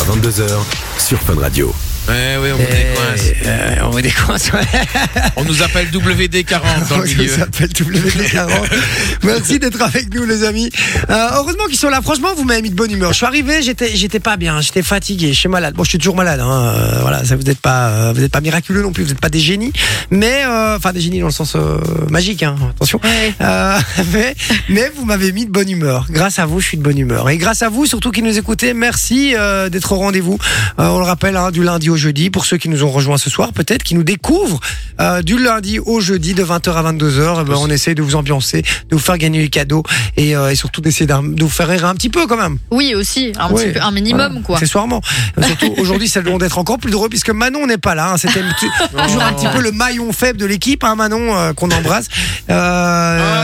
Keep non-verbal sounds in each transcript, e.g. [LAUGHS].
22h sur Fun Radio. Ouais, ouais, Eh on vous décoince. Euh, on vous décoince, ouais. On nous appelle WD40 [LAUGHS] dans le Je milieu. vous [LAUGHS] appelle WD40. Merci d'être avec nous, les amis. Euh, heureusement qu'ils sont là. Franchement, vous m'avez mis de bonne humeur. Je suis arrivé, j'étais, j'étais pas bien, j'étais fatigué, je suis malade. Bon, je suis toujours malade. Hein. euh, voilà, ça vous n'êtes pas, euh, vous êtes pas miraculeux non plus. Vous n'êtes pas des génies, mais euh, enfin des génies dans le sens euh, magique. Hein, attention. Euh, [LAUGHS] mais, mais vous m'avez mis de bonne humeur. Grâce à vous, je suis de bonne humeur. Et grâce à vous, surtout qui nous écoutez, merci euh, d'être au rendez-vous. Euh, on le rappelle, hein, du lundi au jeudi, pour ceux qui nous ont rejoints ce soir, peut-être, qui nous découvrent, euh, du lundi au jeudi, de 20h à 22h, eh ben, on essaie de vous ambiancer, de vous faire gagner les cadeaux et, euh, et surtout d'essayer d'un- de vous faire rire un petit peu quand même. Oui, aussi, un Ouais, petit peu, un minimum, Voilà, quoi. Accessoirement. Euh, [LAUGHS] Surtout aujourd'hui, ça doit d'être encore plus drôle puisque Manon n'est pas là. hein. C'était un petit- toujours un petit Oh. peu le maillon faible de l'équipe, hein, Manon, euh, qu'on embrasse. Euh,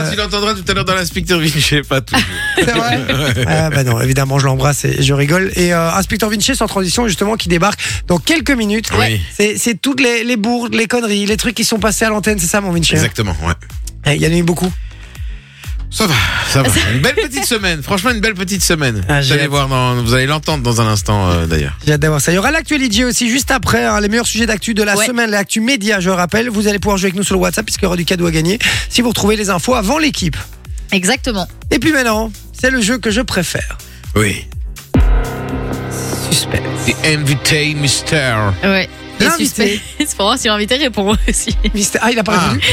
Ah, tu l'entendras tout à l'heure dans l'inspecteur Vinci, j'ai pas tout. c'est vrai Ah, bah non, évidemment, je l'embrasse et je rigole. Et euh, Inspecteur Vinci, sans transition, justement, qui débarque dans quelques minutes. Oui. C'est, c'est toutes les, les bourdes, les conneries, les trucs qui sont passés à l'antenne, c'est ça, mon Vinci hein Exactement, ouais. Eh, Il y en a eu beaucoup. Ça va, ça va. Une belle petite semaine, franchement une belle petite semaine. Ah, vous j'ai allez hâte. voir, dans- vous allez l'entendre dans un instant euh, d'ailleurs. J'ai hâte d'avoir ça. Il y aura l'actualité aussi juste après, hein, les meilleurs sujets d'actu de la Ouais. semaine, l'actu média, je le rappelle. Vous allez pouvoir jouer avec nous sur le WhatsApp puisqu'il y aura du cadeau à gagner si vous retrouvez les infos avant l'équipe. Exactement. Et puis maintenant, c'est le jeu que je préfère. Oui. Suspense. The Invité Mister. Ouais. Et L'invité. suspect. C'est [LAUGHS] pour voir si l'invité répond aussi. Mystère- Ah, il a pas Ah. répondu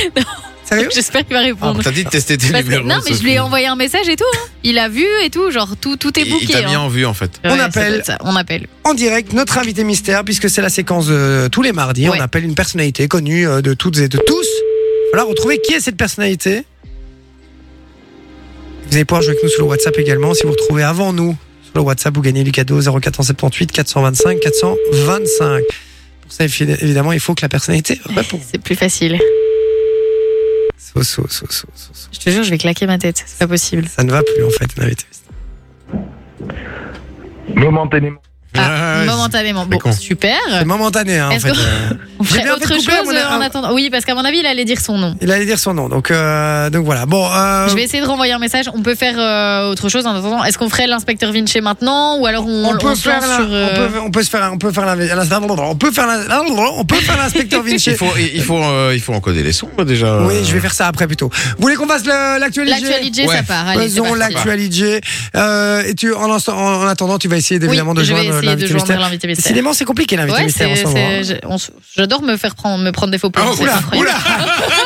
Sérieux [LAUGHS] J'espère qu'il va répondre. Ah, T'as dit de tester tes Parce que- numéros. non, mais je lui ai Sophie. envoyé un message et tout. hein. Il a vu et tout, genre tout, tout est Il- Il booké. t'a mis hein. en vue en fait. On Ouais, ça appelle. doit être ça. On appelle. en direct notre invité mystère, puisque c'est la séquence de tous les mardis. Ouais. On appelle une personnalité connue euh, de toutes et de tous. Voilà, retrouver qui est cette personnalité. Vous allez pouvoir jouer avec nous sur le WhatsApp également. Si vous retrouvez avant nous sur le WhatsApp, vous gagnez du cadeau 0478 425 425. Pour ça, évidemment, il faut que la [LAUGHS] personnalité réponde. C'est plus facile. So, so, so, so, so, so. Je te jure, je vais claquer ma tête. C'est pas possible. Ça ne va plus en fait, un invité mystère. Momentanément. Ah, Ouais, momentanément. Bon, con. super. C'est momentané hein, en Ah. Est-ce fait. que- Euh, On J'ai ferait bien fait de autre couper, à chose mon Ah. avis. euh, en attendant. Oui, parce qu'à mon avis, il allait dire son nom. Il allait dire son nom, donc, euh, donc voilà. Bon, euh, Je vais essayer de renvoyer un message. On peut faire euh, autre chose en attendant. Est-ce qu'on ferait l'inspecteur Vinci maintenant ou alors on, on, peut on se faire lance la- sur. euh, on, peut, on peut se faire on peut faire l'inve- l'inspe- on peut faire l'in- on peut faire [LAUGHS] l'inspecteur Vinci. Il faut, il il faut, euh, il faut encoder les sons moi, déjà. Oui, je vais faire ça après plutôt. Vous voulez qu'on fasse le- l'actualité euh, L'actualité, Ouais. ça part. Allez, c'est Faisons parti. l'actualité. Euh, et tu en, instant- en- en attendant, tu vas essayer Oui, évidemment de je vais joindre essayer de l'invité joindre mystère. l'invité mystère. Décidément, c'est compliqué l'invité Ouais, mystère en c'est- ce moment. c'est- hein. je- on s- j'adore me faire prendre, me prendre des faux plans. Ah, c'est oula, incroyable.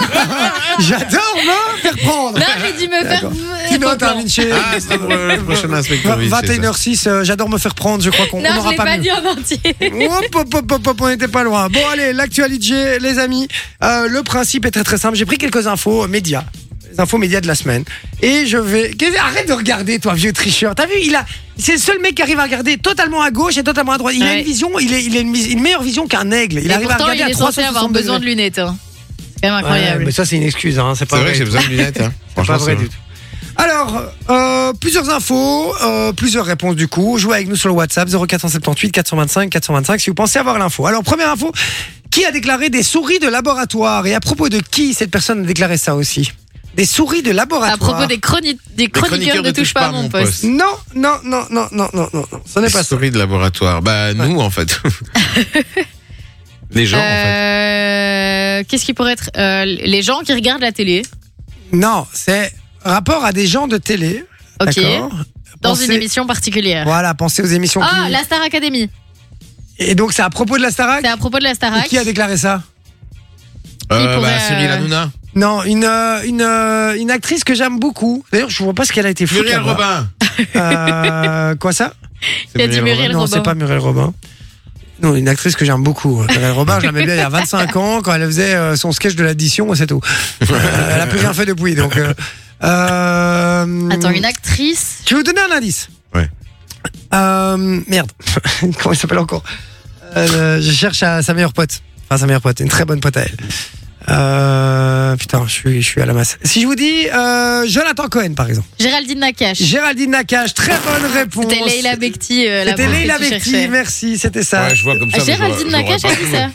[LAUGHS] J'adore me faire prendre. Non, j'ai dit me faire. D'accord. me- Tu faux notes, hein, plans. Vinci. Ah, c'était pour le le prochain inspecteur. Vinci, ça. 21h06, euh, j'adore me faire prendre, je crois qu'on on Non, je n'aura l'ai pas, pas mieux. dit en entier. Hop, hop, hop, hop, hop, on n'était pas loin. Bon, allez, l'actualité, les amis. Euh, le principe est très très simple. J'ai pris quelques infos euh, médias. Les infos médias de la semaine. Et je vais. Qu'est-ce- Arrête de regarder, toi, vieux tricheur. T'as vu, il a. C'est le seul mec qui arrive à regarder totalement à gauche et totalement à droite. Il a Ouais. une vision, il, est, il a une, mise- une meilleure vision qu'un aigle. Il Et arrive à pourtant, il regarder est à censé 360 avoir besoin de degrés. lunettes. hein. C'est quand même Ouais, incroyable. mais ça, c'est une excuse, hein. C'est pas C'est vrai vrai. que j'ai besoin de lunettes. hein. C'est pas Franchement, vrai du tout. Alors, euh, plusieurs infos, euh, plusieurs réponses du coup. Jouez avec nous sur le WhatsApp 0478 425 425 si vous pensez avoir l'info. Alors, première info, qui a déclaré des souris de laboratoire Et à propos de qui cette personne a déclaré ça aussi Des souris de laboratoire À propos des, chroni- des chroniqueurs chroniqueurs, ne touchent pas à mon poste. Non, non, non, non, non, non, non, non, ce n'est Les pas ça. souris de laboratoire. Bah, nous, en fait. [LAUGHS] Les gens, en fait. Euh, Qu'est-ce qui pourrait être euh, les gens qui regardent la télé Non, c'est rapport à des gens de télé. Ok. D'accord dans Pensez- une émission particulière. Voilà, pensez aux émissions. Ah, qui- la Star Academy. Et donc, c'est à propos de la Starac C'est à propos de la Star Et Qui a déclaré ça Euh, pourrait, bah, Cyril euh, Hanouna. Non, une, euh, une, euh, une actrice que j'aime beaucoup. D'ailleurs, je vois pas ce qu'elle a été foutue. Muriel Robin. Euh, quoi ça Il y a du Muriel Non, Robin. c'est pas Muriel Robin. Non, une actrice que j'aime beaucoup. euh, Muriel Robin, je l'aimais bien il y a 25 ans quand elle faisait euh, son sketch de l'addition, c'est tout. Euh, elle a plus rien fait depuis. Donc, euh, euh, Attends, une actrice. Je vais vous donner un indice. Ouais. Euh, merde. [LAUGHS] Comment il s'appelle encore Euh, Je cherche à sa meilleure pote. Enfin, sa meilleure pote, une très bonne pote à elle. Euh, putain, je suis, je suis à la masse. Si je vous dis euh, Jonathan Cohen, par exemple. Géraldine Nakache. Géraldine Nakache, très bonne réponse. C'était Leila Bekti. euh, la C'était prof que Leila tu Bekti, cherchais. merci, c'était ça. Ouais, je vois comme ça. Ah, mais je vois- Géraldine je vois Nakache pas. a dit ça.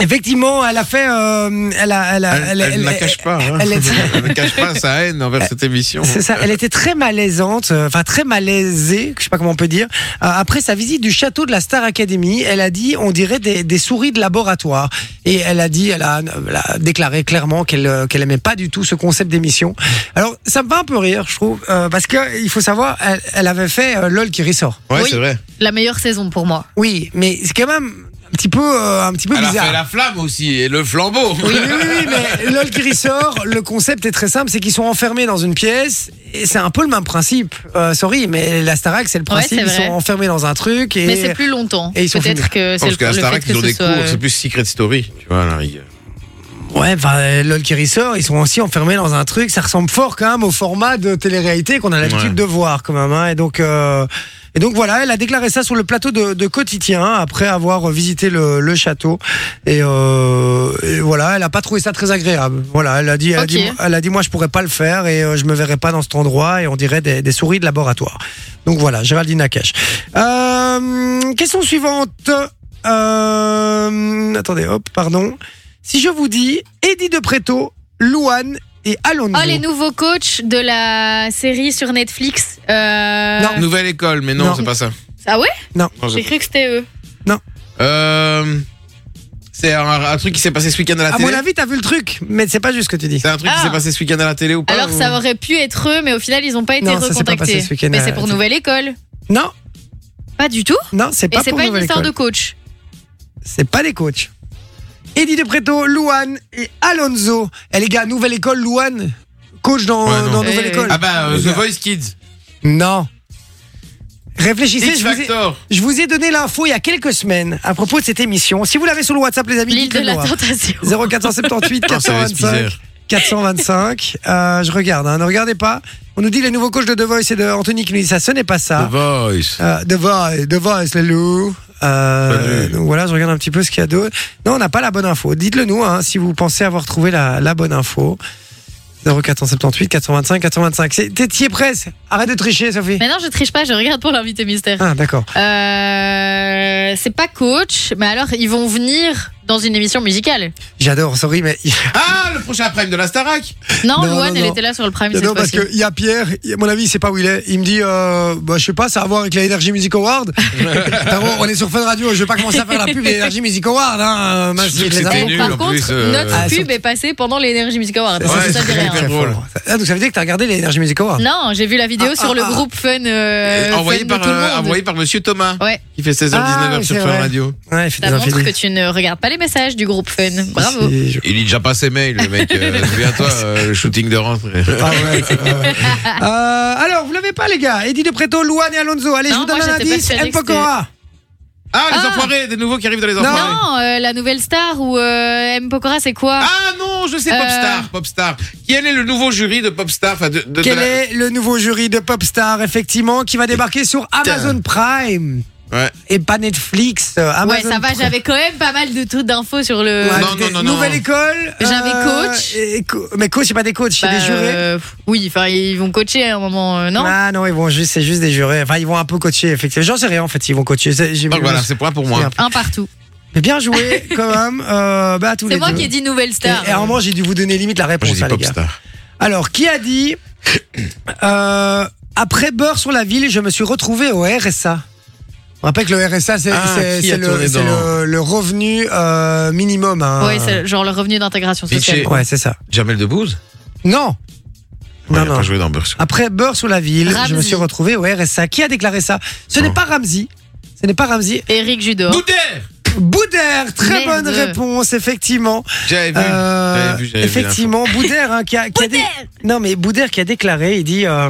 Effectivement, elle a fait. euh, elle a, elle a- Elle, elle- elle ne la elle- cache pas. hein. [LAUGHS] elle est- Elle ne cache pas sa haine envers cette émission. C'est ça, elle était très malaisante, euh, enfin très malaisée, je sais pas comment on peut dire. Euh, après sa visite du château de la Star Academy, elle a dit, on dirait des, des souris de laboratoire. Et elle a dit, elle a, elle a déclaré clairement qu'elle euh, qu'elle aimait pas du tout ce concept d'émission. Alors ça me fait un peu rire, je trouve, euh, parce que il faut savoir, elle, elle avait fait euh, LOL qui ressort. Ouais, Oui. c'est vrai. La meilleure saison pour moi. Oui, mais c'est quand même un petit peu, euh, un petit peu Elle a bizarre. fait la flamme aussi et le flambeau. [LAUGHS] Oui, oui, oui, mais LOL qui ressort, le concept est très simple, c'est qu'ils sont enfermés dans une pièce, et c'est un peu le même principe. Euh, sorry, mais la Starac, c'est le Ouais, principe, c'est ils vrai. sont enfermés dans un truc, Mais c'est et plus longtemps. et ils sont Peut-être que c'est Parce le, qu'à le fait Starac, que ils ont ce des soit. cours, euh, c'est plus Secret Story, tu vois, à la rigueur. ouais, enfin, euh, LOL qui ressort, ils sont aussi enfermés dans un truc, ça ressemble fort quand même au format de télé-réalité qu'on a l'habitude Ouais. de voir, quand même, hein. et donc, euh, et donc voilà, elle a déclaré ça sur le plateau de, de Quotidien, hein, après avoir visité le, le château, et, euh, et voilà, elle a pas trouvé ça très agréable, voilà, elle a dit, elle, Ok. a, dit, elle a dit, moi je pourrais pas le faire, et euh, je me verrais pas dans cet endroit, et on dirait des, des souris de laboratoire. Donc voilà, Géraldine Nakache. Euh, question suivante. Euh, attendez, hop, pardon. Si je vous dis Eddie de Preto, Louane et Alonso. Oh, les nouveaux coachs de la série sur Netflix. Euh, Non. Nouvelle école, mais non, Non. c'est pas ça. Ah ouais Non, c'est- J'ai cru que c'était eux. Euh, c'est un, un truc qui s'est passé ce week-end à la à mon télé. avis, t'as vu le truc, mais c'est pas juste ce que tu dis. C'est un truc Ah. qui s'est passé ce week-end à la télé ou pas Alors ou- ça aurait pu être eux, mais au final, ils n'ont pas été Non, ça s'est pas recontactés. passé ce week-end, mais euh, c'est pour tu- Nouvelle École. Non, Pas du tout. non, c'est Et pas c'est pour pas une Nouvelle histoire École. de coach. C'est pas les coachs. Eddie de Preto, Louane et Alonso. Eh les gars, Nouvelle École, Louane, coach dans, Ouais, non. dans Nouvelle Eh. École. Ah bah, euh, Les The gars. Voice Kids. Non. Réfléchissez, X je vous ai- Factor. Je vous ai donné l'info il y a quelques semaines à propos de cette émission. Si vous l'avez sur le WhatsApp, les amis, L'île de dites-le la moi. tentation. 0478 Non, c'est 425 Respizer. 425. Euh, je regarde, hein, ne regardez pas. On nous dit les nouveaux coachs de The Voice et de Anthony qui nous dit ça, ce n'est pas ça. The Voice. Euh, The Voice, The Voice, les loups. Euh, Salut. donc voilà, je regarde un petit peu ce qu'il y a d'autre. Non, on n'a pas la bonne info. Dites-le nous hein, si vous pensez avoir trouvé la, la bonne info. 0478 425 425. C'est- t'es- T'y es presque. Arrête de tricher, Sophie. Mais non, je triche pas, je regarde pour l'invité mystère. Ah, d'accord. Euh, c'est pas coach, mais alors ils vont venir dans une émission musicale. J'adore, sorry, mais Ah, le prochain prime de la Starac. Non, Non, Luan, non, elle non. était là sur le Prime cette Non, parce fois-ci. qu'il y a Pierre, il- à mon avis, il sait pas où il est. Il me dit, euh, bah, je sais pas, ça a à voir avec la Energy Music Award. [LAUGHS] Frérot, on est sur Fun Radio, je vais pas commencer à faire la pub de l'Energy Music Award, hein, euh, mince, Surtout je que les c'était avance. nul. Par en contre, plus, euh, notre Ah, pub surtout- est passée pendant l'énergie Music Award. Ça, Ça, c'est ça dit très, rien. très drôle. fort. Ah, donc ça veut dire que t'as regardé les Energy Music Award. Non, j'ai vu la vidéo Ah, sur ah, le ah. groupe Fun. euh, envoyé, fun par, de tout le euh, monde. envoyé par Monsieur Thomas, Ouais, qui fait 16h-19h Ah, oui, sur c'est Fun vrai. Radio. Ouais, il fait ça des montre infidèles. que tu ne regardes pas les messages du groupe Fun. Bravo. C'est- euh, je- [LAUGHS] [LAUGHS] Ah ouais, c'est- ouais, ouais. Euh, alors, vous l'avez pas, les gars. Eddie de Preto, Luan et Alonso. Allez, je Non, vous donne moi, un j'étais indice. persuadée que Mpokora. Ah, les Ah. enfoirés, des nouveaux qui arrivent dans les Non. enfoirés. Non, euh, la nouvelle star ou euh, M. Pokora, c'est quoi Ah non, je sais Euh. Popstar, Popstar. Quel est le nouveau jury de Popstar enfin, de, de- de Quel la- est le nouveau jury de Popstar, effectivement, qui va débarquer sur Amazon Prime Ouais. et pas Netflix. euh, Ouais, Amazon ça va, Prime. j'avais quand même pas mal de trucs d'infos sur le. Ouais, Non, c'était non, non, Nouvelle non. école. euh, J'avais coach. et co- mais coach, c'est pas des coachs, c'est Bah, des jurés. euh, pff, oui, enfin, ils vont coacher à un moment, euh, non Ah non, ils vont juste, c'est juste des jurés. Enfin, ils vont un peu coacher, effectivement. J'en sais rien, en fait, ils vont coacher. C'est- j'ai- Donc voilà, c'est point pour moi. Un partout. Mais bien [LAUGHS] joué, quand même. Euh, bah, à tous C'est les moi deux. qui ai dit nouvelle star. Et, et à un moment, j'ai dû vous donner limite la réponse, J'ai dit hein, les gars. Popstar. Alors, qui a [COUGHS] dit euh, Après beurre sur la ville, je me suis retrouvé au RSA. On rappelle que le RSA, c'est Ah, c'est- qui c'est a le, tourné c'est dans- le- le revenu euh, minimum. hein. Ouais, c'est genre le revenu d'intégration sociale. Pitché. Ouais, c'est ça. Jamel Debbouze Non Ouais, il Non, a non. pas joué dans Burst. Après beurre sur la ville, je me Ramsey. suis retrouvé au RSA. Qui a déclaré ça Ce n'est Oh. pas Ramsey. Ce n'est pas Ramsey. Eric Judor. Boudet Boudère, très Merde. bonne réponse, effectivement. J'avais vu. Euh, J'avais vu, j'avais vu effectivement, Boudère, hein, qui a, qui a dé- non mais Boudère qui a déclaré, il dit. euh,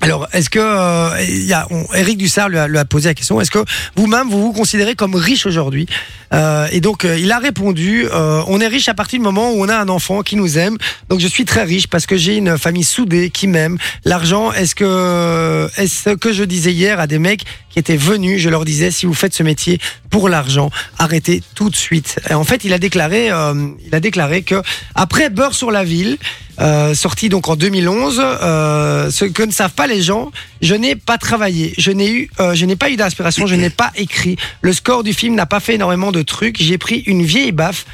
alors, est-ce que euh, il y a, on- Eric Dussard lui a, lui a posé la question Est-ce que vous-même vous vous considérez comme riche aujourd'hui Euh, Et donc euh, il a répondu euh, On est riche à partir du moment où on a un enfant qui nous aime. Donc je suis très riche parce que j'ai une famille soudée qui m'aime. L'argent, est-ce que est-ce que je disais hier à des mecs qui étaient venus Je leur disais si vous faites ce métier pour l'argent, arrêtez tout de suite. Et en fait, il a déclaré, euh, il a déclaré que après Beurre sur la ville, euh, sorti donc en 2011. Euh, ce que ne savent pas les gens, je n'ai pas travaillé, je n'ai eu, euh, je n'ai pas eu d'inspiration, je n'ai pas écrit. Le score du film n'a pas fait énormément de trucs. J'ai pris une vieille baffe.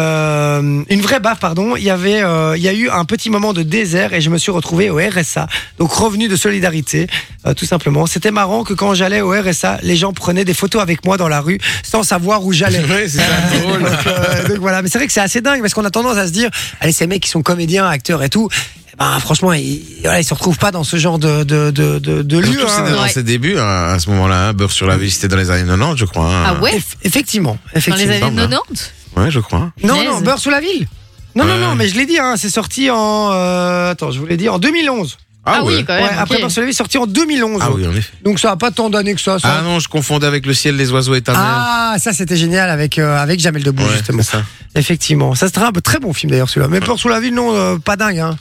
euh, une vraie baffe, pardon. Il y avait, euh, il y a eu un petit moment de désert et je me suis retrouvé au RSA, donc revenu de solidarité, euh, tout simplement. C'était marrant que quand j'allais au RSA, les gens prenaient des photos avec moi dans la rue sans savoir où j'allais. [LAUGHS] Ouais, c'est ça, drôle. Donc, euh, donc voilà, mais c'est vrai que c'est assez dingue parce qu'on a tendance à se dire, allez, ces mecs qui sont comédiens, acteurs et tout, eh ben, franchement, ils, voilà, ils se retrouvent pas dans ce genre de, de, de, de, de lieu. Surtout hein. c'est dans Ouais. ses débuts, hein, à ce moment-là, hein, Beurre sur la vie, c'était dans les années 90, je crois. hein. Ah ouais Eff- effectivement, Dans les effectivement. années semble, hein. 90 Ouais, je crois. Non, Punaise. non, Beurre sous la ville. Non, non, Ouais. non, mais je l'ai dit, hein, c'est sorti en. euh, attends, je vous l'ai dit, en 2011. Ah oui, ouais. quand même. Ouais, ok. Après Beurre sous la ville, sorti en 2011. Ah oui, en effet. Donc ça a pas tant d'années que ça. ça. Ah non, je confondais avec le ciel, les oiseaux éternels. Ah, ça c'était génial avec, euh, avec Jamel Debbouze, Ouais, justement. c'est ça. Effectivement. Ça c'était un peu- très bon film d'ailleurs celui-là. Mais Peur sous la ville, non, euh, pas dingue. Hein.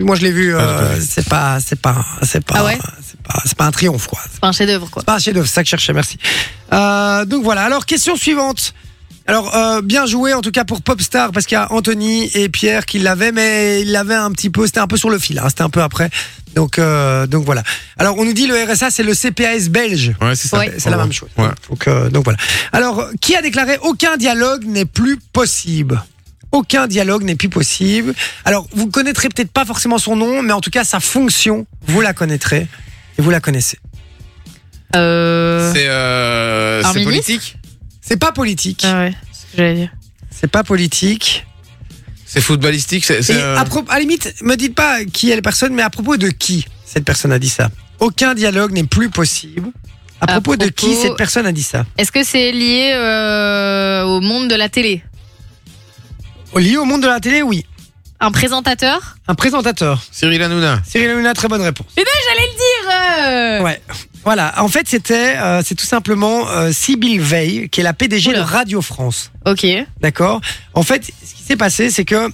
Moi je l'ai vu, euh, c'est pas, c'est pas, c'est pas, Ah ouais c'est pas, c'est pas un triomphe quoi. C'est pas un chef-d'œuvre quoi. C'est pas un chef-d'œuvre, c'est ça que je cherchais, merci. Euh, donc voilà. Alors question suivante. Alors euh, bien joué en tout cas pour Popstar parce qu'il y a Anthony et Pierre qui l'avaient, mais ils l'avaient un petit peu, c'était un peu sur le fil, hein, c'était un peu après. Donc euh, donc voilà. Alors on nous dit le RSA c'est le CPAS belge. Ouais, c'est ça. Ouais. C'est la même chose. Ouais. Donc, euh, donc voilà. Alors, qui a déclaré aucun dialogue n'est plus possible Aucun dialogue n'est plus possible. Alors, vous connaîtrez peut-être pas forcément son nom, mais en tout cas sa fonction, vous la connaîtrez et vous la connaissez. Euh. C'est euh, Un c'est ministre politique C'est pas politique. Ah ouais, c'est ce que j'allais dire. C'est pas politique. C'est footballistique c'est- Et c'est, euh, à, propos, à la limite, me dites pas qui est la personne, mais à propos de qui cette personne a dit ça. Aucun dialogue n'est plus possible. À, À propos, de qui propos- cette personne a dit ça Est-ce que c'est lié euh, au monde de la télé Lié au monde de la télé, oui. Un présentateur Un présentateur. Cyril Hanouna. Cyril Hanouna, très bonne réponse. J'allais le dire euh, Ouais. Voilà, en fait, c'était, euh, c'est tout simplement euh, Sybille Veil, qui est la PDG de Oula. Radio France. Ok. D'accord En fait, ce qui s'est passé, c'est que.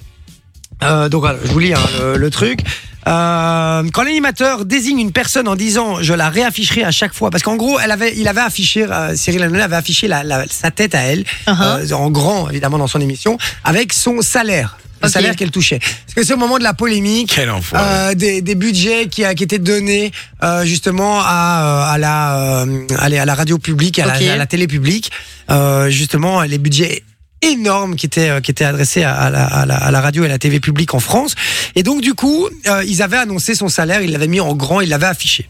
euh, donc, voilà, je vous lis hein, le, le truc. Euh, quand l'animateur désigne une personne en disant je la réafficherai à chaque fois, parce qu'en gros, elle avait, il avait affiché, euh, Cyril Hanouna avait affiché la- la- sa tête à elle, Uh-huh. euh, en grand évidemment dans son émission, avec son salaire, le Ok. salaire qu'elle touchait. Parce que c'est au moment de la polémique, Quel enfoiré. euh, des, des budgets qui, a- qui étaient donnés euh, justement à, euh, à, la, euh, allez, à la radio publique, à, la- Ok. à la, télé publique, euh, justement les budgets énormes qui étaient, euh, qui étaient adressés à, à la, à la- à la radio et à la TV publique en France. Et donc du coup, euh, ils avaient annoncé son salaire, ils l'avaient mis en grand, ils l'avaient affiché.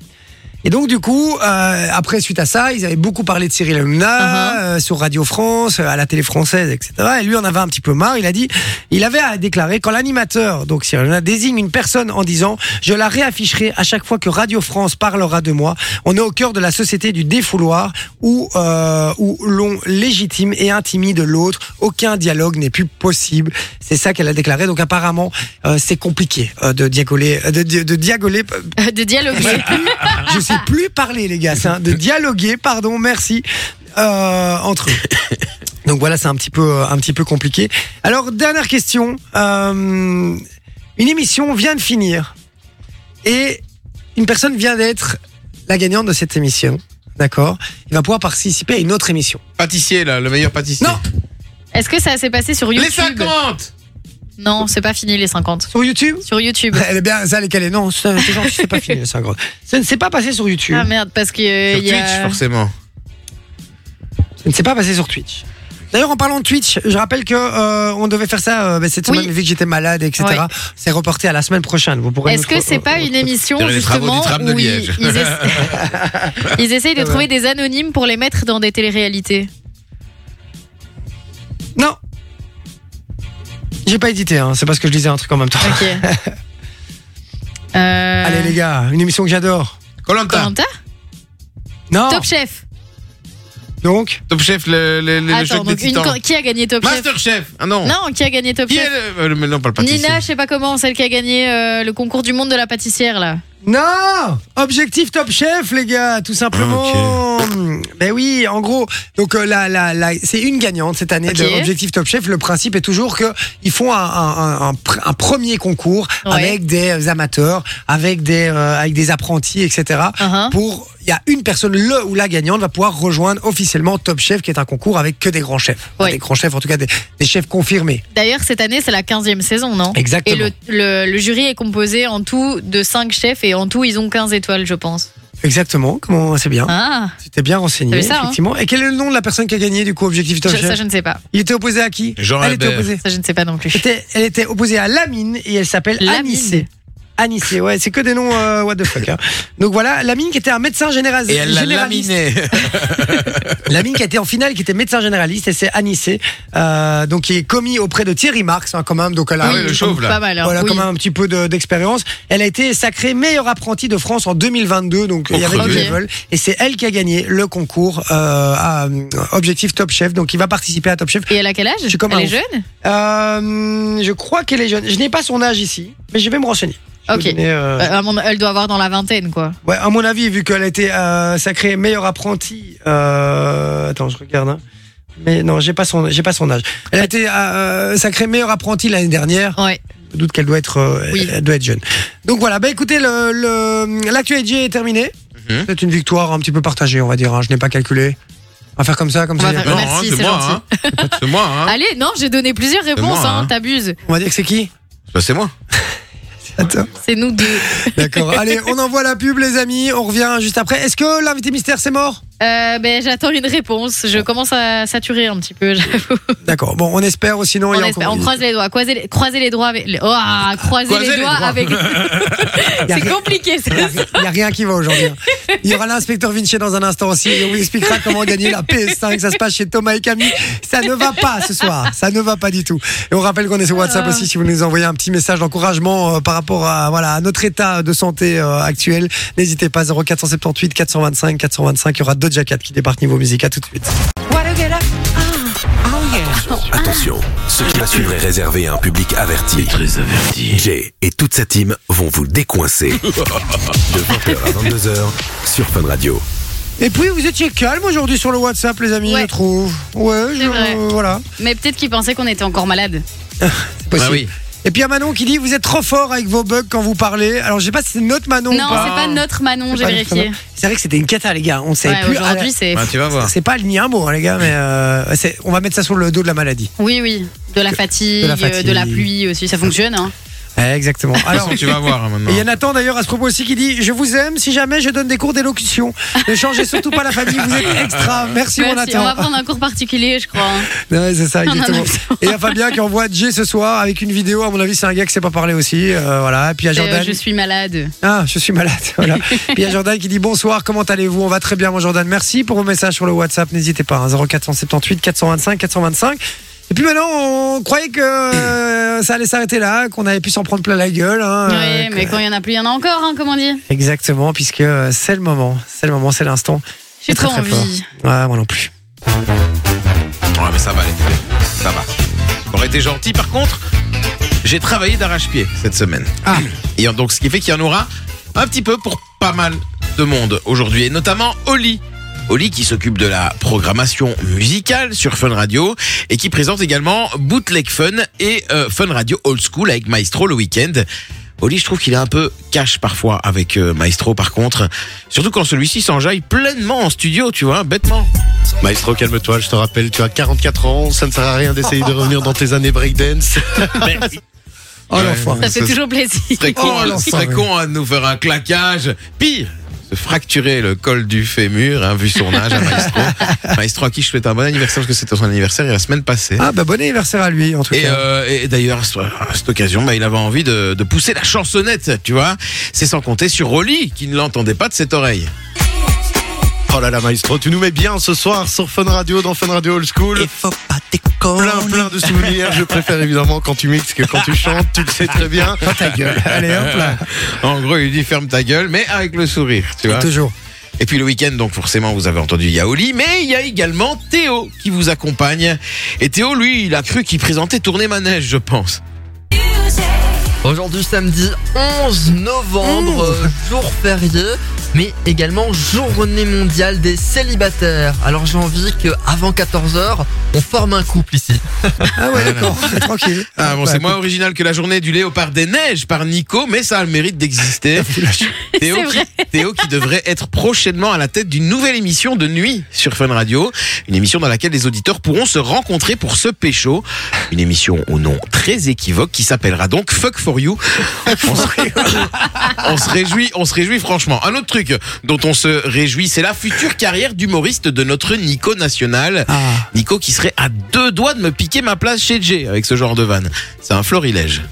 Et donc du coup, euh, après suite à ça, ils avaient beaucoup parlé de Cyril Hanouna euh, sur Radio France, euh, à la télé française, etc. Et lui, on avait un petit peu marre. Il a dit, il avait à déclarer quand l'animateur, donc Cyril Hanouna, désigne une personne en disant, je la réafficherai à chaque fois que Radio France parlera de moi. On est au cœur de la société du défouloir où euh, où l'on légitime et intimide l'autre. Aucun dialogue n'est plus possible. C'est ça qu'elle a déclaré. Donc apparemment, euh, c'est compliqué euh, de diagoler, de, di- de diagoler Euh, [LAUGHS] De dialogue. je sais plus parler, les gars, c'est un- de dialoguer, pardon, merci, euh, entre eux. [LAUGHS] Donc voilà, c'est un petit peu, un petit peu compliqué. Alors dernière question. Euh, une émission vient de finir et une personne vient d'être la gagnante de cette émission. D'accord. Il va pouvoir participer à une autre émission. Pâtissier, là, le meilleur pâtissier. Non. Est-ce que ça s'est passé sur Les YouTube 50 Non, c'est pas fini les 50. Sur YouTube. Sur YouTube. Elle est bien, ça, elle est calée. Non, c'est c'est gentil, c'est [LAUGHS] pas fini, le 50. Ça ne s'est pas passé sur YouTube. Ah merde, parce que euh, Sur il y a... Twitch, forcément. Ça ne s'est pas passé sur Twitch. D'ailleurs, en parlant de Twitch, je rappelle que euh, on devait faire ça euh, bah, cette Oui. semaine, mais vu que j'étais malade, etc. Ouais. C'est reporté à la semaine prochaine. Vous pourrez. Est-ce nous que tro- c'est pas euh, une émission Derrière les travaux justement du tram de où ils, Liège. ils [LAUGHS] essa- ils essayent de Ouais. trouver des anonymes pour les mettre dans des téléréalités Non. J'ai pas édité. Hein. C'est parce que je lisais un truc en même temps. [LAUGHS] Ok. Euh, Allez les gars, une émission que j'adore. Colanta. Koh-Lanta Non. Top Chef. Donc. Top Chef, le, le, le, le Attends, chef des donc une titans. co- qui a gagné Top Chef Master Chef. Ah non. Non, qui a gagné Top Qui est Chef le... euh, le- mais Non, pas le pâtissier. Nina, je sais pas comment, celle qui a gagné euh, le concours du monde de la pâtissière là. Non. Objectif Top Chef les gars, tout simplement. Ben oui, en gros. Donc euh, la, la, la- c'est une gagnante cette année Ok. de Objectif Top Chef. Le principe est toujours que ils font un, un- un- un pr- un premier concours Ouais. avec des amateurs, avec des euh, avec des euh, apprentis, etc. Uh-huh. pour il y a une personne, le ou la gagnante, va pouvoir rejoindre officiellement Top Chef, qui est un concours avec que des grands chefs. Enfin, Oui. Des grands chefs, en tout cas des, des chefs confirmés. D'ailleurs, cette année, c'est la 15e saison, non Exactement. Et le, le- le jury est composé en tout de 5 chefs et en tout, ils ont 15 étoiles, je pense. Exactement, comment c'est bien. Ah, Tu t'es bien renseigné, T'as vu ça, hein effectivement. Et quel est le nom de la personne qui a gagné, du coup, Objectif je- Top ça, Chef je ne sais pas. Il était opposé à qui Jean Elle était Albert. opposée. Ça, je ne sais pas [LAUGHS] non plus. Était- elle était opposée à Lamine et elle s'appelle Lamine. Anissé. Anissé, ouais, c'est que des noms euh, what the fuck. hein. Donc voilà, Lamine qui était un médecin général, Et elle l'a généraliste. laminé. [LAUGHS] Lamine qui était en finale, qui était médecin généraliste et c'est Anissé, euh, donc qui est commis auprès de Thierry Marx hein, quand même. Donc elle a, Ah oui, le chauve, là. Pas mal, hein. voilà, Oui. quand même un petit peu de- d'expérience. elle a été sacrée meilleure apprentie de France en 2022, donc Oh, il y avait du crevé. level. Et c'est elle qui a gagné le concours euh, à euh, Objectif Top Chef. Donc il va participer à Top Chef. Et elle a quel âge Je suis comme Elle un est ouf. jeune Euh, je crois qu'elle est jeune. Je n'ai pas son âge ici, mais je vais me renseigner. Je peux Ok. donner, euh, Euh, à mon- Elle doit avoir dans la vingtaine, quoi. Ouais, à mon avis, vu qu'elle a été euh, sacrée meilleure apprentie. Euh... Attends, je regarde. hein. Mais non, j'ai pas son, j'ai pas son âge. Elle a été euh, sacrée meilleure apprentie l'année dernière. Ouais. Je doute qu'elle doit être, euh, Oui. elle doit être jeune. Donc voilà. Bah écoutez, le, le- l'actualité est terminée. Mhm. C'est une victoire un petit peu partagée, on va dire. hein. Je n'ai pas calculé. On va faire comme ça, comme On ça. va y a faire- pas- Non, Merci, hein, c'est c'est moi. gentil. Ah. hein. C'est moi. hein. Allez, non, j'ai donné plusieurs réponses, moi, hein, hein. t'abuses. On va dire que c'est qui Bah, c'est moi. Attends. C'est nous deux. D'accord. Allez, on envoie la pub, les amis. On revient juste après. Est-ce que l'invité mystère c'est mort Euh, ben, j'attends une réponse. Je commence à saturer un petit peu. [LAUGHS] j'avoue. D'accord. Bon, on espère. Ou sinon, il On, y a espère- encore. on croise les doigts. Croisez les, croisez les doigts avec. les- Oh, croisez, Croisez les, les doigts, doigts. [LAUGHS] Bah avec. Y a c'est rien- compliqué. c'est- Il n'y a, rien qui va aujourd'hui. hein. Il y aura l'inspecteur Vinci dans un instant aussi et on vous expliquera comment gagner la PS5. Ça se passe chez Thomas et Camille. Ça ne va pas ce soir. Ça ne va pas du tout. Et on rappelle qu'on est sur WhatsApp aussi si vous nous envoyez un petit message d'encouragement euh, par rapport à, voilà, à notre état de santé euh, actuel. N'hésitez pas 0478 425 425. Il y aura d'autres jackets qui débarquent niveau musique. À tout de suite. Attention, ce qui va suivre est réservé à un public averti. Très averti. Jay et toute sa team vont [LAUGHS] vous décoincer. De 20h à 22h sur Fun Radio. Et puis vous étiez calme aujourd'hui sur le WhatsApp, les amis, Ouais. je trouve. Ouais, C'est je- vrai. voilà. Mais peut-être qu'ils pensaient qu'on était encore malade. C'est possible. Bah oui. Et puis il y a Manon qui dit vous êtes trop fort avec vos bugs quand vous parlez. Alors je sais pas si c'est notre Manon Non, ou pas. c'est pas notre Manon, j'ai pas vérifié. notre Manon. C'est vrai que c'était une cata les gars. On savait Ouais, plus. aujourd'hui, c'est. Bah, tu vas Ah, voir. c'est pas ni un mot hein, les gars, mais euh, c'est- on va mettre ça sur le dos de la maladie. Oui, oui. De la fatigue, de la euh, de la fatigue. pluie aussi, ça fonctionne. hein. Ouais, exactement. [LAUGHS] Alors. Alors, tu vas voir hein, et maintenant. il y a Nathan d'ailleurs à ce propos aussi qui dit Je vous aime si jamais je donne des cours d'élocution. Ne changez surtout pas la famille, vous êtes extra. Merci, mon Merci. On va Nathan. prendre un cours particulier, je crois. hein. Ouais, c'est ça, On en a exactement. besoin. Et il y a Fabien qui envoie Jay ce soir avec une vidéo. À mon avis, c'est un gars qui sait pas parler aussi. euh, voilà. Et puis il y a C'est, euh, Jordan. je suis malade. Ah, je suis malade. [LAUGHS] Voilà. [LAUGHS] Puis il y a Jordan qui dit bonsoir, comment allez-vous On va très bien, mon Jordan. Merci pour vos messages sur le WhatsApp. N'hésitez pas, hein, 0478 425 425. Et puis maintenant, on croyait que euh, ça allait s'arrêter là, qu'on avait pu s'en prendre plein la gueule. hein, euh, oui, mais que- quand il y en a plus, il y en a encore, hein, comme on dit. Exactement, puisque euh, c'est le moment. C'est le moment, c'est l'instant. J'ai Très, trop très fort. envie. Ouais, moi non plus. Ouais, Ah, mais ça va, les filles. ça va. T'aurais été gentil. Par contre, j'ai travaillé d'arrache-pied cette semaine. Ah. Et donc, ce qui fait qu'il y en aura un petit peu pour pas mal de monde aujourd'hui, et notamment Oli. Oli qui s'occupe de la programmation musicale sur Fun Radio et qui présente également Bootleg Fun et euh, Fun Radio Old School avec Maestro le week-end. Oli, je trouve qu'il est un peu cash parfois avec euh, Maestro par contre. Surtout quand celui-ci s'enjaille pleinement en studio, tu vois, bêtement. Maestro, calme-toi, je te rappelle, tu as 44 ans, ça ne sert à rien d'essayer de revenir dans tes années breakdance. Oh Ouais. l'enfoiré. Ça fait Ça- toujours plaisir. Très con, Oh, hein, l'enfant, très oui. con hein, de nous faire un claquage. Pire, se fracturer le col du fémur, hein, vu son âge [LAUGHS] à Maestro. Maestro à qui je souhaite un bon anniversaire, parce que c'était son anniversaire il y a la semaine passée. Ah, bah bon anniversaire à lui, en tout Et, cas. euh, et d'ailleurs, à ce- à cette occasion, bah, il avait envie de, de pousser la chansonnette, tu vois. C'est sans compter sur Rolly, qui ne l'entendait pas de cette oreille. Oh là là, Maestro, tu nous mets bien ce soir sur Fun Radio, dans Fun Radio Old School. Plein, plein de souvenirs. Je préfère évidemment quand tu mixes que quand tu chantes, tu le sais très bien. Ta gueule. Allez, hop là. En gros, il lui dit ferme ta gueule, mais avec le sourire, tu vois. Toujours. Et puis le week-end, donc forcément, vous avez entendu Yaoli, mais il y a également Théo qui vous accompagne. Et Théo, lui, il a cru qu'il présentait Tournée Manège, je pense. Aujourd'hui samedi 11 novembre, euh, jour férié. mais également journée mondiale des célibataires. Alors j'ai envie qu'avant 14h, on forme un couple ici. Ah ouais, d'accord, tranquille. Ah bon, c'est Ouais, moins original que la journée du léopard des neiges par Nico, mais ça a le mérite d'exister. Théo, C'est qui- vrai. Théo qui devrait être prochainement à la tête d'une nouvelle émission de nuit sur Fun Radio, une émission dans laquelle les auditeurs pourront se rencontrer pour se pécho, une émission au nom très équivoque qui s'appellera donc Fuck for You. On se, ré- [LAUGHS] on se réjouit, on se réjouit franchement. Un autre truc dont on se réjouit, c'est la future carrière d'humoriste de notre Nico national. Ah. Nico qui serait à deux doigts de me piquer ma place chez Jay avec ce genre de vanne. C'est un florilège.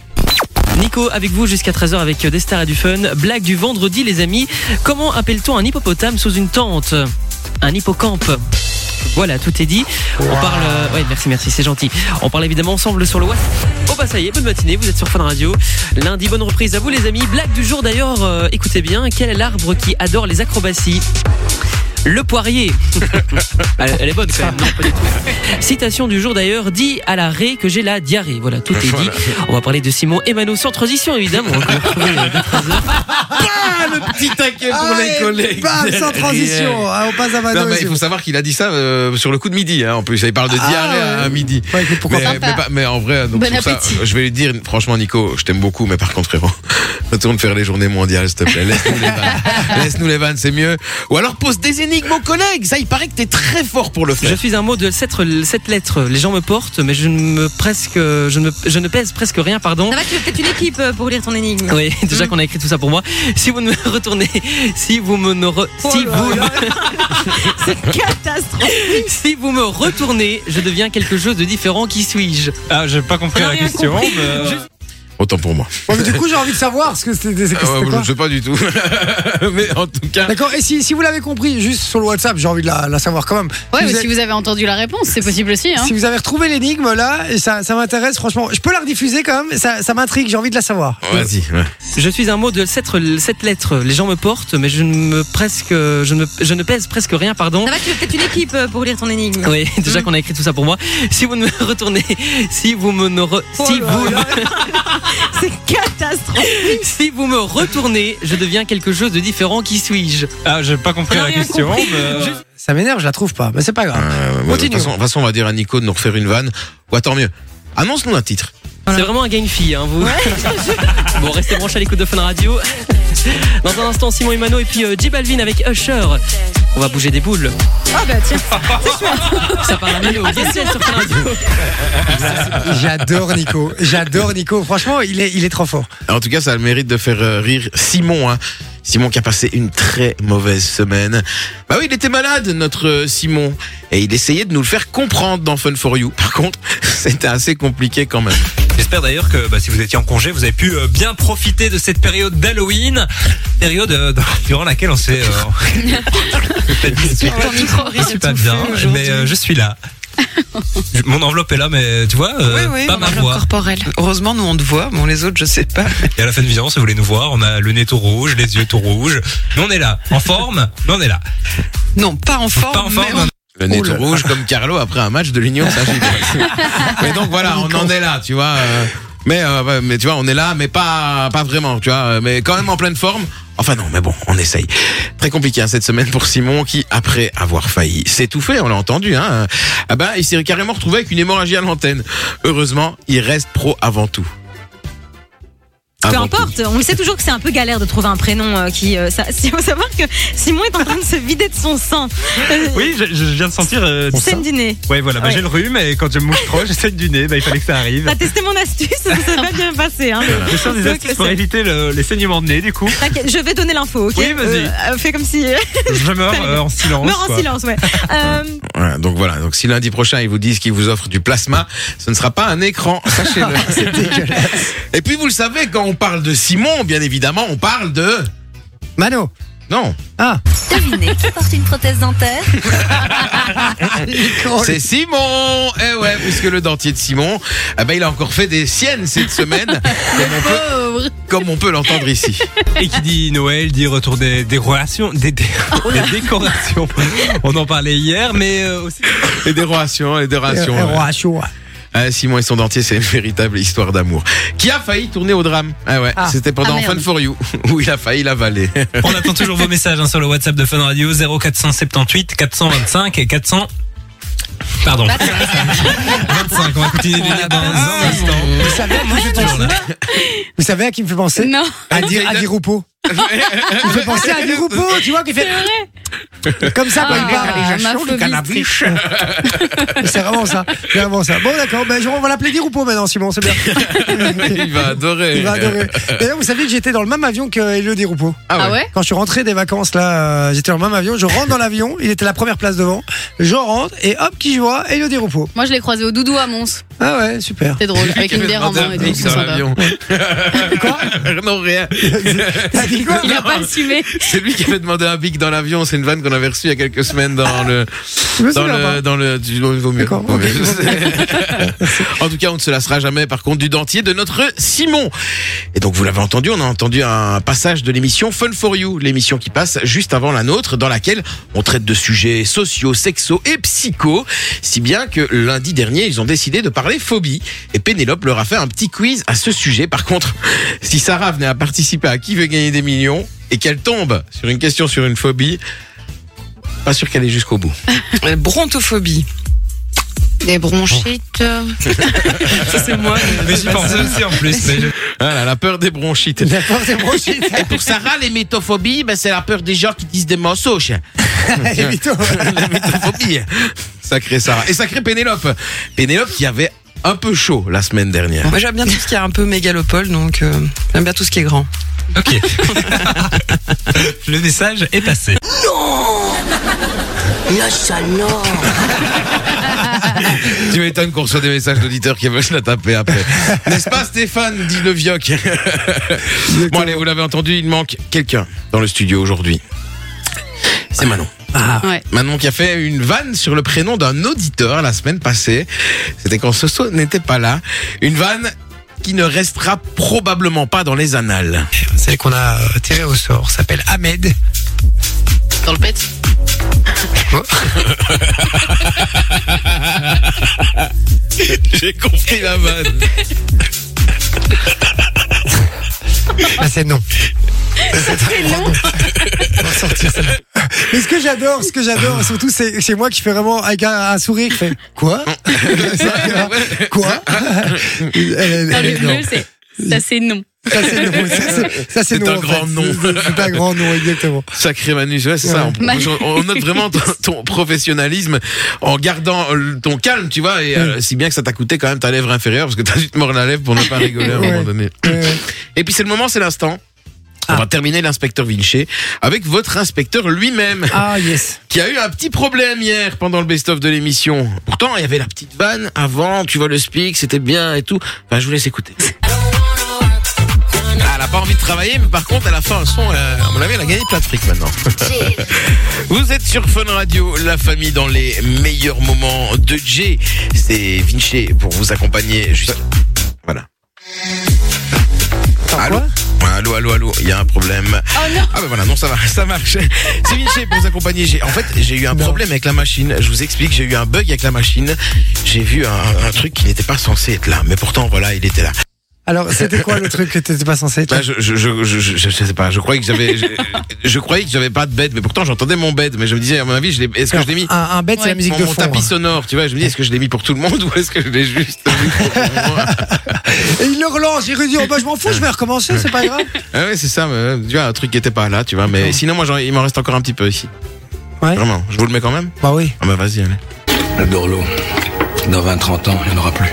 Nico, avec vous jusqu'à 13h avec euh, des stars et du fun. Blague du vendredi, les amis. Comment appelle-t-on un hippopotame sous une tente Un hippocampe. Voilà, tout est dit. On parle. euh, Ouais, merci, merci, c'est gentil. On parle évidemment ensemble sur le WhatsApp. Oh bah ça y est, bonne matinée, vous êtes sur Fun Radio. Lundi, bonne reprise à vous, les amis. Blague du jour d'ailleurs, euh, écoutez bien, quel est l'arbre qui adore les acrobaties le poirier. [LAUGHS] elle, elle est bonne quand même. Non, pas du tout. Citation du jour d'ailleurs, dit à la raie que j'ai la diarrhée. Voilà, tout est dit. On va parler de Simon et Mano sans transition évidemment. On va le retrouver dès 13h. Ah, le petit taquet pour Allez, les collègues. bam, Ah, sans transition. Ah, on passe à Non, Mano. mais ici. il faut savoir qu'il a dit ça euh, sur le coup de midi. hein, en plus, il parle de Ah, diarrhée à- ouais. à midi. Ouais, écoute, pourquoi mais, pas. pas. mais pas- mais en vrai, donc, Bon sur ça, appétit. je vais lui dire, franchement, Nico, je t'aime beaucoup, mais par contre, [LAUGHS] frérot, retourne faire les journées mondiales, s'il te plaît. Laisse-nous les vannes. Laisse-nous les vannes, c'est mieux. Ou alors pose des énigmes aux collègues. Ça, il paraît que t'es très fort pour le Je faire. suis un mot de cette, cette lettre. Les gens me portent, mais je ne me presque, je ne, je ne pèse presque rien, pardon. Ça va, Mm. tu veux peut-être une équipe euh, pour lire ton énigme. Oui, déjà qu'on a écrit tout ça pour moi. Si vous ne me retournez, si vous me, ne re- Oh si Oh [LAUGHS] vous me- Catastrophe. si vous me retournez, je deviens quelque chose de différent. Qui suis-je Ah, j'ai pas compris On a la rien question. compris. mais, euh, Autant pour moi. Ouais, mais du coup, j'ai envie de savoir ce que c'était. c'était Ah ouais, quoi je sais pas du tout. [LAUGHS] mais en tout cas. D'accord, et si, si vous l'avez compris, juste sur le WhatsApp, j'ai envie de la, la savoir quand même. Si Ouais, mais vous si avez- vous avez entendu la réponse, c'est possible aussi. Hein. Si vous avez retrouvé l'énigme là, et ça, ça m'intéresse franchement. Je peux la rediffuser quand même, ça, ça m'intrigue, j'ai envie de la savoir. Vas-y. ouais. Je suis un mot de cette, cette lettre. Les gens me portent, mais je ne me presque, je ne, me- je ne pèse presque rien, pardon. Ça va, tu veux peut-être une équipe euh, pour lire ton énigme. Oui, [LAUGHS] Hmm. déjà qu'on a écrit tout ça pour moi. Si vous ne me retournez, si vous me ne re- si vous me- Oh [LAUGHS] C'est catastrophe. si vous me retournez, je deviens quelque chose de différent. Qui suis-je Ah, j'ai pas compris On la a rien question. compris. mais, euh, Ça m'énerve, je la trouve pas, mais c'est pas grave. Euh, ouais, de toute Continue. façon, de toute façon, on va dire à Nico de nous refaire une vanne. Ou tant mieux. Annonce-nous un titre. C'est vraiment un gain fille, hein, vous. [LAUGHS] bon, restez branchés à l'écoute de Fun Radio. Dans un instant, Simon et Mano et puis euh, J Balvin avec Usher. On va bouger des boules. Ah bah tiens. Ça parle à Mano. Yes, yes, sur Fun Radio. J'adore Nico, j'adore Nico, franchement, il est, il est trop fort. En tout cas, ça a le mérite de faire euh, rire Simon. hein. Simon qui a passé une très mauvaise semaine. Bah oui, il était malade, notre euh, Simon. Et il essayait de nous le faire comprendre dans Fun for You. Par contre, [LAUGHS] c'était assez compliqué quand même. J'espère d'ailleurs que bah, si vous étiez en congé, vous avez pu euh, bien profiter de cette période d'Halloween, période euh, dans- durant laquelle on s'est. euh, peut-être disputé. Ton micro risque Je suis pas bien, mais euh, je suis là. Je- Mon enveloppe est là, mais tu vois, euh, pas ma voix. corporel. Heureusement, nous on te voit. Bon, les autres, je sais pas. Et à la fin de vision, si vous voulez nous voir, on a le nez tout rouge, les yeux tout rouges. Mais on est là, en forme, mais on est là. Non, pas en forme. Pas en mais forme, hein. on- Le nez Oula. tout rouge comme Carlo après un match de l'Union Saint-Gilles. mais donc voilà, on en est là, tu vois. euh, Mais, euh, ouais, mais tu vois, on est là, mais pas, pas vraiment, tu vois. euh, Mais quand même en pleine forme. Enfin non, mais bon, on essaye. Très compliqué hein, cette semaine pour Simon qui, après avoir failli s'étouffer, on l'a entendu, hein, euh, ah ben, il s'est carrément retrouvé avec une hémorragie à l'antenne. Heureusement, il reste pro avant tout. Peu Avant tout. importe, on le sait toujours que c'est un peu galère de trouver un prénom euh, qui. euh, ça... [LAUGHS] Il faut savoir que Simon est en train de se vider de son sang. Euh, Oui, je, je viens de sentir. euh, Scène du nez. Ouais, voilà, bah, Ouais. j'ai le rhume et quand je me mouche trop, je saigne du nez, bah, il fallait que ça arrive. T'as testé mon astuce, ça s'est pas bien passé. Hein. Je sors des Donc, astuces pour c'est- éviter le- les saignements de nez, du coup. T'inquiète, je vais donner l'info, ok Oui, vas-y. Euh, euh, fais comme si. Je meurs Salut. euh, en silence. Meurs en quoi. silence, [LAUGHS] ouais. Euh, Voilà, donc voilà, donc si lundi prochain ils vous disent qu'ils vous offrent du plasma, ce ne sera pas un écran, sachez-le. [LAUGHS] C'est dégueulasse. Et puis vous le savez, quand on parle de Simon, bien évidemment, on parle de... Mano, Non, ah, Devinez qui porte une prothèse dentaire Oh, c'est Simon Eh ouais, puisque le dentier de Simon, eh ben, il a encore fait des siennes cette semaine, comme on peut, Pauvre. comme on peut l'entendre ici. Et qui dit Noël dit retour des, des relations, des, des- des décorations. On en parlait hier, mais euh, aussi. Les dérorations, les dérorations. euh, roi, chaud. Ah, Simon et son dentier, c'est une véritable histoire d'amour. Qui a failli tourner au drame Ah ouais, Ah. c'était pendant Ah, merde. Fun for You, [LAUGHS] où il a failli l'avaler. On attend toujours vos messages hein, sur le WhatsApp de Fun Radio 0478 425 et 400. Pardon. 25, on va continuer de lire dans un Ah, instant. Vous savez, moi, je Toujours là. Vous savez à qui me fait penser Non. À, Di- à Di Rupo. Il me fait penser à Di Rupo, tu vois, qui fait. Comme ça, quand Ah, il parle. ma [LAUGHS] phobie C'est vraiment ça. C'est vraiment ça. Bon, d'accord. Ben, je- on va l'appeler Di Rupo maintenant, Simon, c'est bien. il va adorer. Il va adorer. D'ailleurs, vous saviez que j'étais dans le même avion que Elio Di Rupo. Ah ouais. Ah ouais Quand je suis rentré des vacances, là, euh, j'étais dans le même avion. Je rentre dans l'avion, il était la première place devant. Je rentre et hop, qui je vois Elio Di Rupo. Moi, je l'ai croisé au doudou à Mons. Ah ouais, super. C'est drôle, [LAUGHS] avec une bière en main et tout. c'est sympa. Quoi [LAUGHS] Non, rien. [LAUGHS] [LAUGHS] Il a pas assumé. C'est lui qui avait demandé un bic dans l'avion. C'est une vanne qu'on avait reçue il y a quelques semaines dans le. me Dans souviens le, pas. dans le. du- Vaut mieux. Vaut mieux. [LAUGHS] en tout cas, on ne se lassera jamais, par contre, du dentier de notre Simon. Et donc, vous l'avez entendu, on a entendu un passage de l'émission Fun for You, l'émission qui passe juste avant la nôtre, dans laquelle on traite de sujets sociaux, sexo et psycho. Si bien que lundi dernier, ils ont décidé de parler phobie. Et Pénélope leur a fait un petit quiz à ce sujet. Par contre, [LAUGHS] si Sarah venait à participer à Qui veut gagner des millions et qu'elle tombe sur une question sur une phobie, pas sûr qu'elle est jusqu'au bout. Euh, Brontophobie. Des bronchites. Ça, c'est moi. Mais j'y pensais aussi en plus. mais je- Voilà, Ah la peur des bronchites. La peur des bronchites. Et pour Sarah, les métophobies, ben, c'est la peur des gens qui disent des mots sauches. [LAUGHS] Les mythos. [LAUGHS] la métophobie. Sacré Sarah. Et sacré Pénélope. Pénélope qui avait un peu chaud la semaine Ah. dernière. Moi, j'aime bien tout ce qui est un peu mégalopole, donc euh, j'aime bien tout ce qui est grand. Ok. [LAUGHS] le message est passé. Non, ça non. Tu m'étonnes qu'on reçoit des messages d'auditeurs qui veulent se la taper [LAUGHS] après. N'est-ce pas Stéphane dit le vioc. bon allez, vous l'avez entendu, il manque quelqu'un dans le studio aujourd'hui. C'est Manon. Ah. Ouais. Manon qui a fait une vanne sur le prénom d'un auditeur la semaine passée. C'était quand Soso n'était pas là. Une vanne qui ne restera probablement pas dans les annales. Celle qu'on a euh, tirée au sort s'appelle Ahmed. Dans le pet J'ai compris la [LAUGHS] vanne. bah, Ah, c'est non. Mais ce que j'adore, ce que Ah. j'adore, surtout, c'est c'est moi qui fais vraiment avec un, un sourire. qui fait, Quoi Ah. [LAUGHS] [LAUGHS] Quoi Elle- elle- Dans elle le est énorme. bleu, c'est. Ça, c'est non. Ça, c'est non. Ça, c'est- Ça, c'est C'est non, un en fait. grand nom. C'est- C'est un grand [LAUGHS] nom, exactement. Sacré Manu, ouais, c'est ça. Ouais. On, on- on note vraiment ton, ton professionnalisme en gardant euh, ton calme, tu vois, et Mm. euh, si bien que ça t'a coûté quand même ta lèvre inférieure parce que t'as dû te mordre la lèvre pour ne pas rigoler à un Ouais. moment donné. Et puis c'est le moment, c'est l'instant. Ah. On va terminer l'inspecteur Vinci avec votre inspecteur lui-même. Ah, yes. Qui a eu un petit problème hier pendant le best-of de l'émission. Pourtant, il y avait la petite vanne avant, tu vois le speak, c'était bien et tout. Enfin, je vous laisse écouter. Ah, elle a pas envie de travailler, mais par contre, elle a fait un son, elle a- à mon avis, elle a gagné plein de fric maintenant. Vous êtes sur Fun Radio, la famille dans les meilleurs moments de J. C'est Vinci pour vous accompagner juste. Voilà. Allô Ouais, Allô, allô, allô, il y a un problème. Ah ben voilà, non, ça va, ça marche. [LAUGHS] C'est Vinci pour vous accompagner. J'ai- En fait, j'ai eu un problème avec la machine. Je vous explique, j'ai eu un bug avec la machine. J'ai vu un, un truc qui n'était pas censé être là, mais pourtant, voilà, il était là. Alors, c'était quoi le truc que t'étais pas censé être Bah, je, je, je, je, je- je sais pas, je croyais que j'avais, je, je croyais que j'avais pas de bed, mais pourtant j'entendais mon bed, mais je me disais, à mon avis, je l'ai- est-ce que je l'ai mis Un, un bête, c'est la musique mon, de mon fond. hein. tapis sonore, tu vois, je me dis, est-ce que je l'ai mis pour tout le monde [LAUGHS] ou est-ce que je l'ai juste mis pour- Et il le relance, il lui dit, oh, bah, je m'en fous, je vais recommencer, c'est pas grave. Ah ouais, c'est ça, mais, tu vois, un truc qui était pas là, tu vois, mais sinon, moi, j'en- il m'en reste encore un petit peu ici. Vraiment, je vous le mets quand même Bah oui. Ah bah vas-y, allez. J'adore l'eau. Dans 20-30 ans, il n'y en aura plus.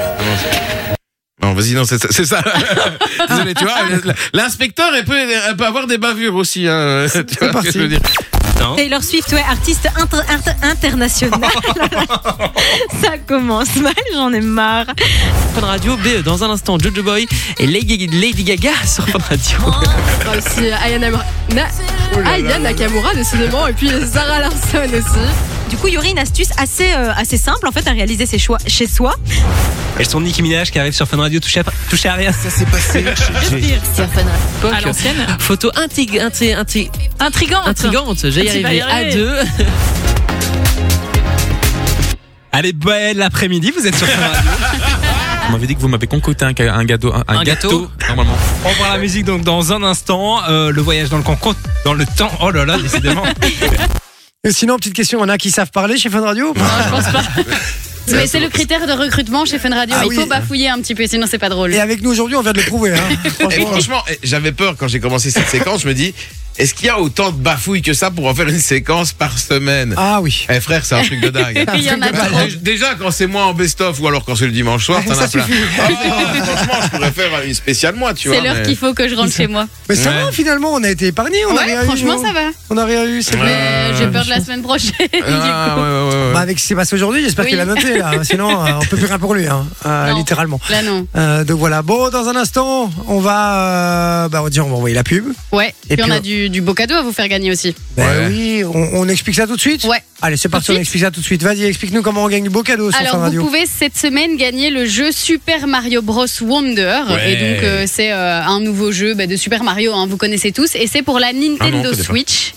Non, vas-y, non, c'est ça. c'est [LAUGHS] ça. Désolé, tu vois, Ah, l'inspecteur, elle peut, elle peut avoir des bavures aussi, hein, [LAUGHS] tu vois ce que je veux dire. Non. [LAUGHS] Taylor Swift, ouais, artiste inter- inter- [LAUGHS] international. Ça commence mal, j'en ai marre. Fun Radio, BE dans un instant, Jojo Boy et Lady, Lady Gaga sur Fun Radio. Oh, Ah. Enfin, aussi euh, Aya, Nam- Na- Oh Aya Nakamura, décidément, et puis Zara Larson aussi. Du coup, il y aurait une astuce assez, euh, assez simple en fait à réaliser ses choix chez soi. Elles sont Nicki Minaj qui arrive sur Fun Radio, touche à, touche à rien. Ça s'est passé. À l'ancienne. Photo intrigue, intrigue, intrigue, Intrigante. Ah, intrigante. J'ai Tu vas arrivé y à arriver. deux. Allez, belle après-midi, vous êtes sur Fun Radio. [LAUGHS] Vous m'avez dit que vous m'avez concocté un, ca- un gâteau, un, un Un gâteau gâteau, normalement. On voit la musique donc dans un instant. euh, le voyage dans le concours, dans le temps. Oh là là, décidément. Et sinon, petite question, on a qui savent parler chez Fun Radio ou pas [LAUGHS] Mais c'est le critère de recrutement chez Fun Radio. Ah Il oui. faut bafouiller un petit peu, sinon c'est pas drôle. Et avec nous aujourd'hui, on vient de le prouver. [LAUGHS] hein. Et franchement, eh, j'avais peur quand j'ai commencé cette séquence. Je me dis, est-ce qu'il y a autant de bafouilles que ça pour en faire une séquence par semaine Ah oui. Eh frère, c'est un truc de [LAUGHS] dingue. Il y en a Bah, trop. dé- Déjà, quand c'est moi en best-of ou alors quand c'est le dimanche soir, t'en Eh, Ça as plein. suffit. Ah, [LAUGHS] franchement, je pourrais faire une spéciale moi, tu vois. C'est l'heure mais- qu'il faut que [LAUGHS] je rentre chez moi. Mais ça Ouais. va, finalement, on a été Oh, épargnés. On a Ouais, rien eu, franchement, nous. ça va. On a rien eu, c'est Ouais. vrai. J'ai peur de la semaine prochaine. du [LAUGHS] Ah, coup. ouais, ouais, ouais, ouais. Bah, avec ce qui s'est passé aujourd'hui, j'espère Oui. qu'il a noté, [LAUGHS] là. Sinon, euh, on peut plus rien pour lui, hein. Euh, Non. littéralement. Là, non. Euh, donc voilà. Bon, dans un instant, on va, euh, bah, on dire, on va envoyer la pub. Ouais, Et et puis on puis, a on- du, du beau cadeau à vous faire gagner aussi. Ben oui, on, on explique ça tout de suite. Ouais. Allez, c'est parti, Tout de on explique ça tout de suite. Vas-y, explique-nous comment on gagne du beau cadeau sur Alors, Fun vous Radio. pouvez cette semaine gagner le jeu Super Mario Bros Wonder. Ouais. Et donc, euh, c'est euh, un nouveau jeu bah, de Super Mario, hein, vous connaissez tous. Et c'est pour la Ah non, on Nintendo connaît pas. Ah, Switch.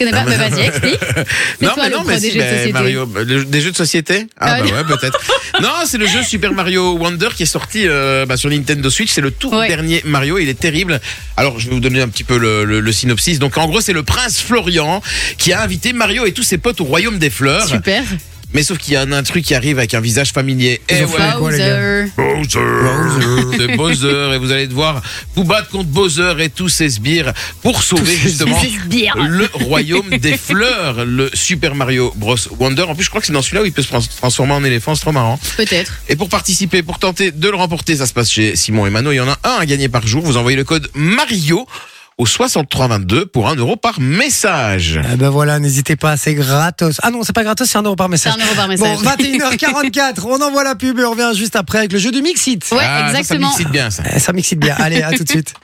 Tu connais pas [LAUGHS] Bah, Vas-y, explique. C'est Non, toi mais le non, pro mais des si, jeux de mais société. Mario, le- des jeux de société Ah, Ah bah oui. ouais, [LAUGHS] peut-être. non, c'est le jeu Super Mario Wonder qui est sorti euh, bah, sur Nintendo Switch. C'est le tout Ouais. dernier Mario. Il est terrible. Alors, je vais vous donner un petit peu le, le- le synopsis. Donc, en gros, c'est le prince Florian qui a invité Mario et tous ses potes au royaume des fleurs. Super. Mais sauf qu'il y a un intrus qui arrive avec un visage familier. Ils Eh ont fait ouais. quoi, les gars Bowser. Bowser. De Bowser. Et vous allez devoir vous battre contre Bowser et tous ses sbires pour sauver justement Sbire. le royaume [LAUGHS] des fleurs, le Super Mario Bros. Wonder. En plus, je crois que c'est dans celui-là où il peut se trans- transformer en éléphant. C'est trop marrant. Peut-être. Et pour participer, pour tenter de le remporter, ça se passe chez Simon et Mano. Il y en a un à gagner par jour. Vous envoyez le code MARIO au 6322 pour 1 euro par message. Eh ben voilà, n'hésitez pas, c'est gratos. Ah non, c'est pas gratos, c'est un euro par C'est message. un euro par Bon, message. 21h44, on envoie la pub et on revient juste après avec le jeu du Mixit. [LAUGHS] Ouais, Ah, ça, exactement. Ça, m'excite bien ça. Eh, Ça m'excite bien. Allez, à tout de suite.